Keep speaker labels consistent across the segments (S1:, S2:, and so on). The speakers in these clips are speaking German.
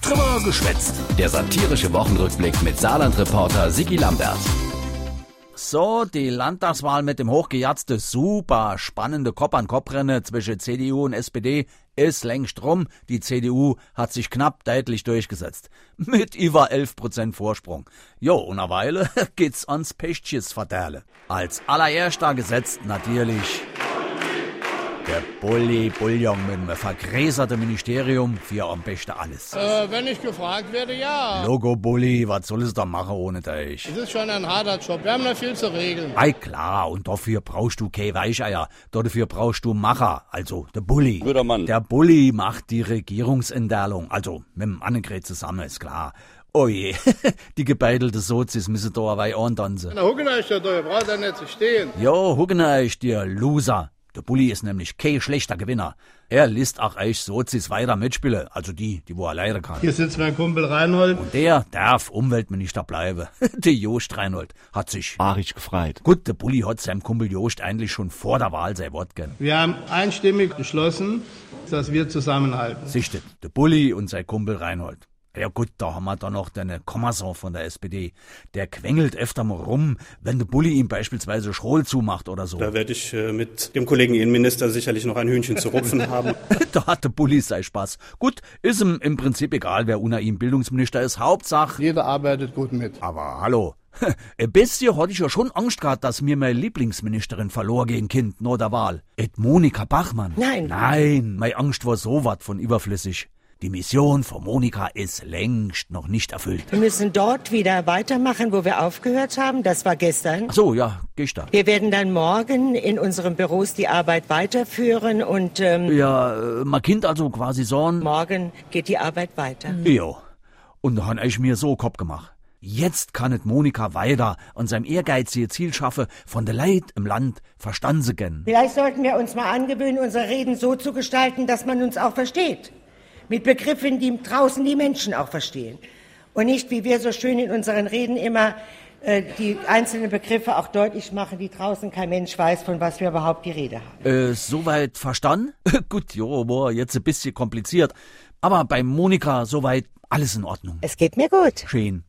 S1: Trimmer geschwätzt. Der satirische Wochenrückblick mit Saarland-Reporter Sigi Lambert.
S2: So, die Landtagswahl mit dem hochgejatzte, super spannende Kopf-an-Kopf-Renne zwischen CDU und SPD ist längst rum. Die CDU hat sich knapp deutlich durchgesetzt. Mit über 11% Vorsprung. Jo, und eine Weile geht's ans Pächtches verteilen. Als allererster gesetzt natürlich der Bulli Bullion mit dem vergräserten Ministerium für am besten alles.
S3: Äh, wenn ich gefragt werde, ja.
S2: Logo Bulli, was soll es da machen ohne dich?
S3: Es ist schon ein harter Job. Wir haben da viel zu regeln.
S2: Ei klar, und dafür brauchst du keine Weicheier. Dafür brauchst du Macher, also der Bulli.
S4: Guter Mann.
S2: Der Bulli macht die Regierungsentteilung, also mit dem Annegret zusammen, ist klar. Oh je, die gebeidelte Sozis müssen da dabei antanzen.
S3: Na, gucken euch da, ihr braucht ja nicht zu stehen.
S2: Jo, hucken euch, dir Loser. Der Bulli ist nämlich kein schlechter Gewinner. Er lässt auch euch Sozis weiter mitspielen, also die, die wo er leider kann.
S3: Hier sitzt mein Kumpel Reinhold.
S2: Und der darf Umweltminister bleiben. der Jost Reinhold hat sich.
S4: War ich gefreit.
S2: Gut, der Bulli hat seinem Kumpel Jost eigentlich schon vor der Wahl sein Wort gegeben.
S3: Wir haben einstimmig beschlossen, dass wir zusammenhalten.
S2: Sichtet, der Bulli und sein Kumpel Reinhold. Ja gut, da haben wir dann noch den Kommerson von der SPD. Der quengelt öfter mal rum, wenn der Bulli ihm beispielsweise Schroll zumacht oder so.
S5: Da werde ich äh, mit dem Kollegen Innenminister sicherlich noch ein Hühnchen zu rupfen haben.
S2: da hat der Bulli sei Spaß. Gut, ist ihm im Prinzip egal, wer unter ihm Bildungsminister ist. Hauptsache,
S3: Jeder arbeitet gut mit.
S2: aber hallo. Ein bisschen hatte ich ja schon Angst gehabt, dass mir meine Lieblingsministerin verloren gehen Kind nur der Wahl. Et Monika Bachmann.
S6: Nein.
S2: Nein, meine Angst war so wat von überflüssig. Die Mission von Monika ist längst noch nicht erfüllt.
S6: Wir müssen dort wieder weitermachen, wo wir aufgehört haben. Das war gestern.
S2: Ach so, ja, gestern.
S6: Wir werden dann morgen in unseren Büros die Arbeit weiterführen und ähm,
S2: Ja, äh, mein Kind also quasi Sohn.
S6: morgen geht die Arbeit weiter.
S2: Jo. Und da han ich mir so Kopf gemacht. Jetzt kann et Monika weiter an seinem ehrgeizigen Ziel schaffe, von der Leid im Land Verstand se gen.
S7: Vielleicht sollten wir uns mal angewöhnen, unsere Reden so zu gestalten, dass man uns auch versteht. Mit Begriffen, die draußen die Menschen auch verstehen. Und nicht, wie wir so schön in unseren Reden immer äh, die einzelnen Begriffe auch deutlich machen, die draußen kein Mensch weiß, von was wir überhaupt die Rede haben.
S2: Äh, soweit verstanden? Gut, jo, war jetzt ein bisschen kompliziert. Aber bei Monika soweit alles in Ordnung.
S6: Es geht mir gut.
S2: Schön.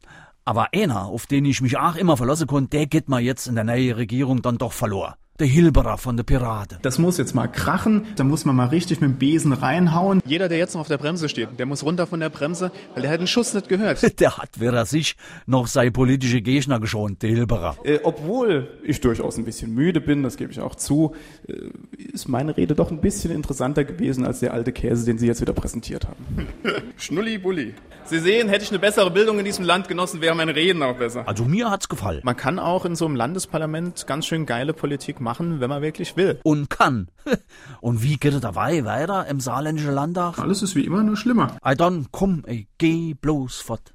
S2: Aber einer, auf den ich mich auch immer verlassen konnte, der geht mir jetzt in der neuen Regierung dann doch verloren. Der Hilberer von der Pirate.
S8: Das muss jetzt mal krachen, da muss man mal richtig mit dem Besen reinhauen. Jeder, der jetzt noch auf der Bremse steht, der muss runter von der Bremse, weil der hat einen Schuss nicht gehört.
S2: Der hat weder sich noch sei politische Gegner geschont, der Hilberer.
S8: äh, obwohl ich durchaus ein bisschen müde bin, das gebe ich auch zu, äh, ist meine Rede doch ein bisschen interessanter gewesen als der alte Käse, den Sie jetzt wieder präsentiert haben.
S9: Schnulli Bulli.
S8: Sie sehen, hätte ich eine bessere Bildung in diesem Land genossen, wäre meine Reden auch besser.
S2: Also mir hat's gefallen.
S8: Man kann auch in so einem Landesparlament ganz schön geile Politik machen, wenn man wirklich will.
S2: Und kann. Und wie geht es dabei weiter im saarländischen Landtag?
S8: Alles ist wie immer nur schlimmer.
S2: Ei dann, komm, ey, geh bloß fort.